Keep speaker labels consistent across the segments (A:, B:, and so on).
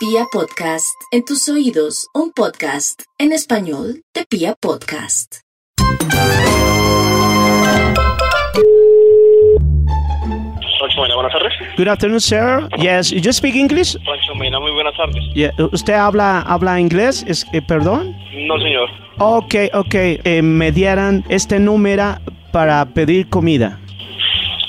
A: Pia Podcast, en tus oídos, un podcast en español de Pia Podcast.
B: Panchomena, buenas tardes.
C: Good afternoon, sir. Yes, you speak English?
B: Panchomena, muy buenas tardes.
C: Yeah, ¿Usted habla, habla inglés? Es- eh, ¿Perdón?
B: No, señor.
C: Ok, ok. eh, me dieran este número para pedir comida.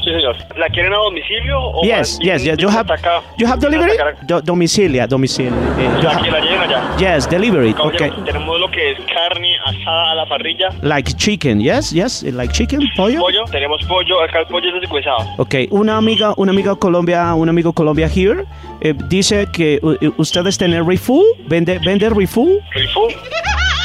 B: Sí, señor. ¿La quieren a domicilio o
C: Yes,
B: la-
C: yes, yes. You have,
B: hasta acá?
C: you have delivery?
B: Hasta acá.
C: Do- domicilia, domicilia. Eh, you
B: Aquí
C: have-
B: la llevan allá.
C: yes, delivery.
B: Caballero,
C: Okay.
B: Tenemos lo que es carne asada a la parrilla,
C: Like chicken, yes, yes. eh, Like chicken, pollo.
B: pollo, tenemos pollo, acá el pollo es deshuesado.
C: Ok, una amiga, una amiga Colombia, un amigo Colombia here eh, dice que eh, ustedes tienen refull, vende, vende refull.
B: Rifú.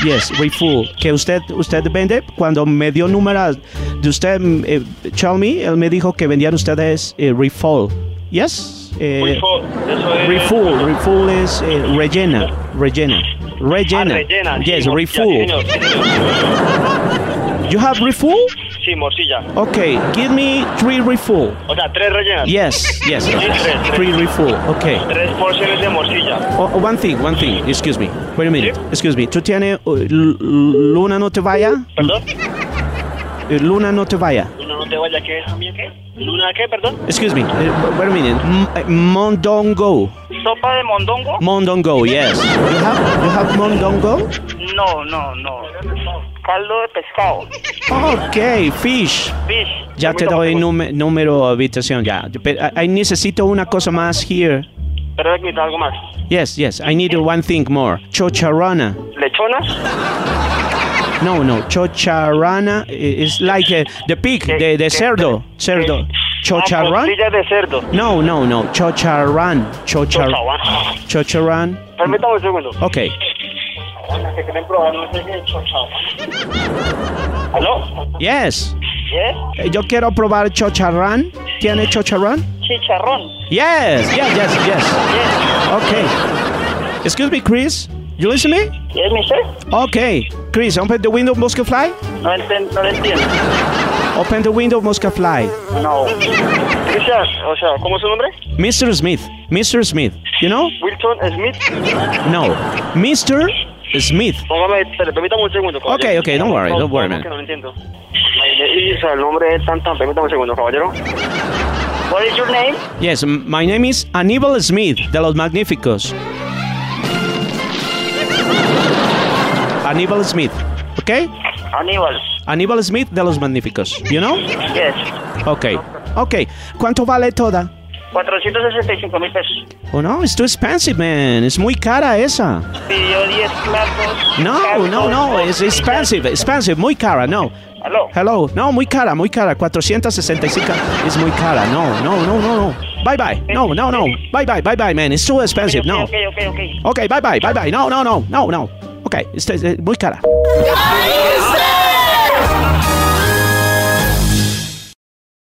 C: Yes, refull. Que usted, usted vende. Cuando me dio número de usted, mm, eh, tell me, él me dijo que vendían ustedes eh, refull. Yes. eh,
B: Rifú. Eso es.
C: refull. Refull es eh, rellena, rellena,
B: Ah,
C: rellena.
B: rellena. sí,
C: yes,
B: morcilla, Sí,
C: refull.
B: señor. Sí, señor.
C: You have refull?
B: Sí, morcilla.
C: Okay, give me three refull.
B: O sea, tres rellenas.
C: Yes, yes,
B: tres,
C: yes. three refull. Okay.
B: Tres porciones de morcilla.
C: Oh, oh, one thing, one thing. Excuse me. Wait a minute. Excuse me. ¿Tú tienes uh, Lu- Luna no te vaya?
B: ¿Perdón?
C: Eh, Luna no te vaya.
B: Luna, no te vaya, ¿qué es, amiga? ¿Qué? ¿Luna qué, perdón?
C: Excuse me. Uh, wait a minute. M- uh, mondongo.
B: ¿Sopa de mondongo?
C: Mondongo. Yes. You have you have mondongo.
B: No, no, no. Caldo de pescado.
C: Okay, fish.
B: Fish.
C: Ya te doy nume- número de habitación. Ya. Pero I, I necesito una cosa más here.
B: Pero hay que quitar algo más.
C: Yes, yes. I need one thing more. Chocharana.
B: ¿Lechonas?
C: No, no. Chocharana i- is like uh, the pig, the, the cerdo, cerdo. Chocharán.
B: Costillas Ah, de cerdo.
C: No, no, no. Chocharán. Chochar
B: Chochabán.
C: Chocharán.
B: Permítame un segundo.
C: Ok.
B: Que quieren probar, no sé qué es ¿Aló?
C: Yes.
B: ¿Yes?
C: Eh, Yo quiero probar chocharrán. ¿Tiene chocharrán?
B: Chicharrón.
C: Yes, yes, yes, yes.
B: ¿Yes?
C: Okay. Excuse me, Chris. You listen to me?
B: ¿Yes, mister?
C: Okay. Chris, open the window, mosca fly.
B: No, enten- no lo entiendo.
C: Open the window, mosca fly.
B: No. Richard, o sea, ¿cómo es su nombre?
C: Mr. Smith. Mr. Smith. You know?
B: Wilson Smith.
C: No. Mr. Smith.
B: Póngame, espere, permítame un segundo, caballero.
C: Ok, ok, don't worry,
B: No,
C: don't worry,
B: no,
C: man.
B: que No lo entiendo. Y, o sea, el nombre es tan tan. Permítame un segundo, caballero. What is your name?
C: Yes, m- my name is Aníbal Smith, de los Magníficos. Aníbal Smith, okay?
B: Aníbal.
C: Aníbal Smith de los Magníficos, you know?
B: Yes.
C: Okay, okay. ¿Cuánto vale toda?
B: 465 mil pesos.
C: Oh no, it's too expensive, man. Es muy cara esa.
B: Pidió 10 platos.
C: No,
B: caldo,
C: no, no, it's
B: costillas.
C: expensive, expensive, muy cara, no.
B: Aló.
C: Hello, no, muy cara, muy cara. 465 es muy cara, no, no, no, no, no. Bye bye, no, no, no. Bye bye, bye bye, man. It's too expensive, no.
B: Ok, ok, ok.
C: eh, Ok, bye bye, bye bye. No, no, no, no, no. Ok, este- este, muy cara.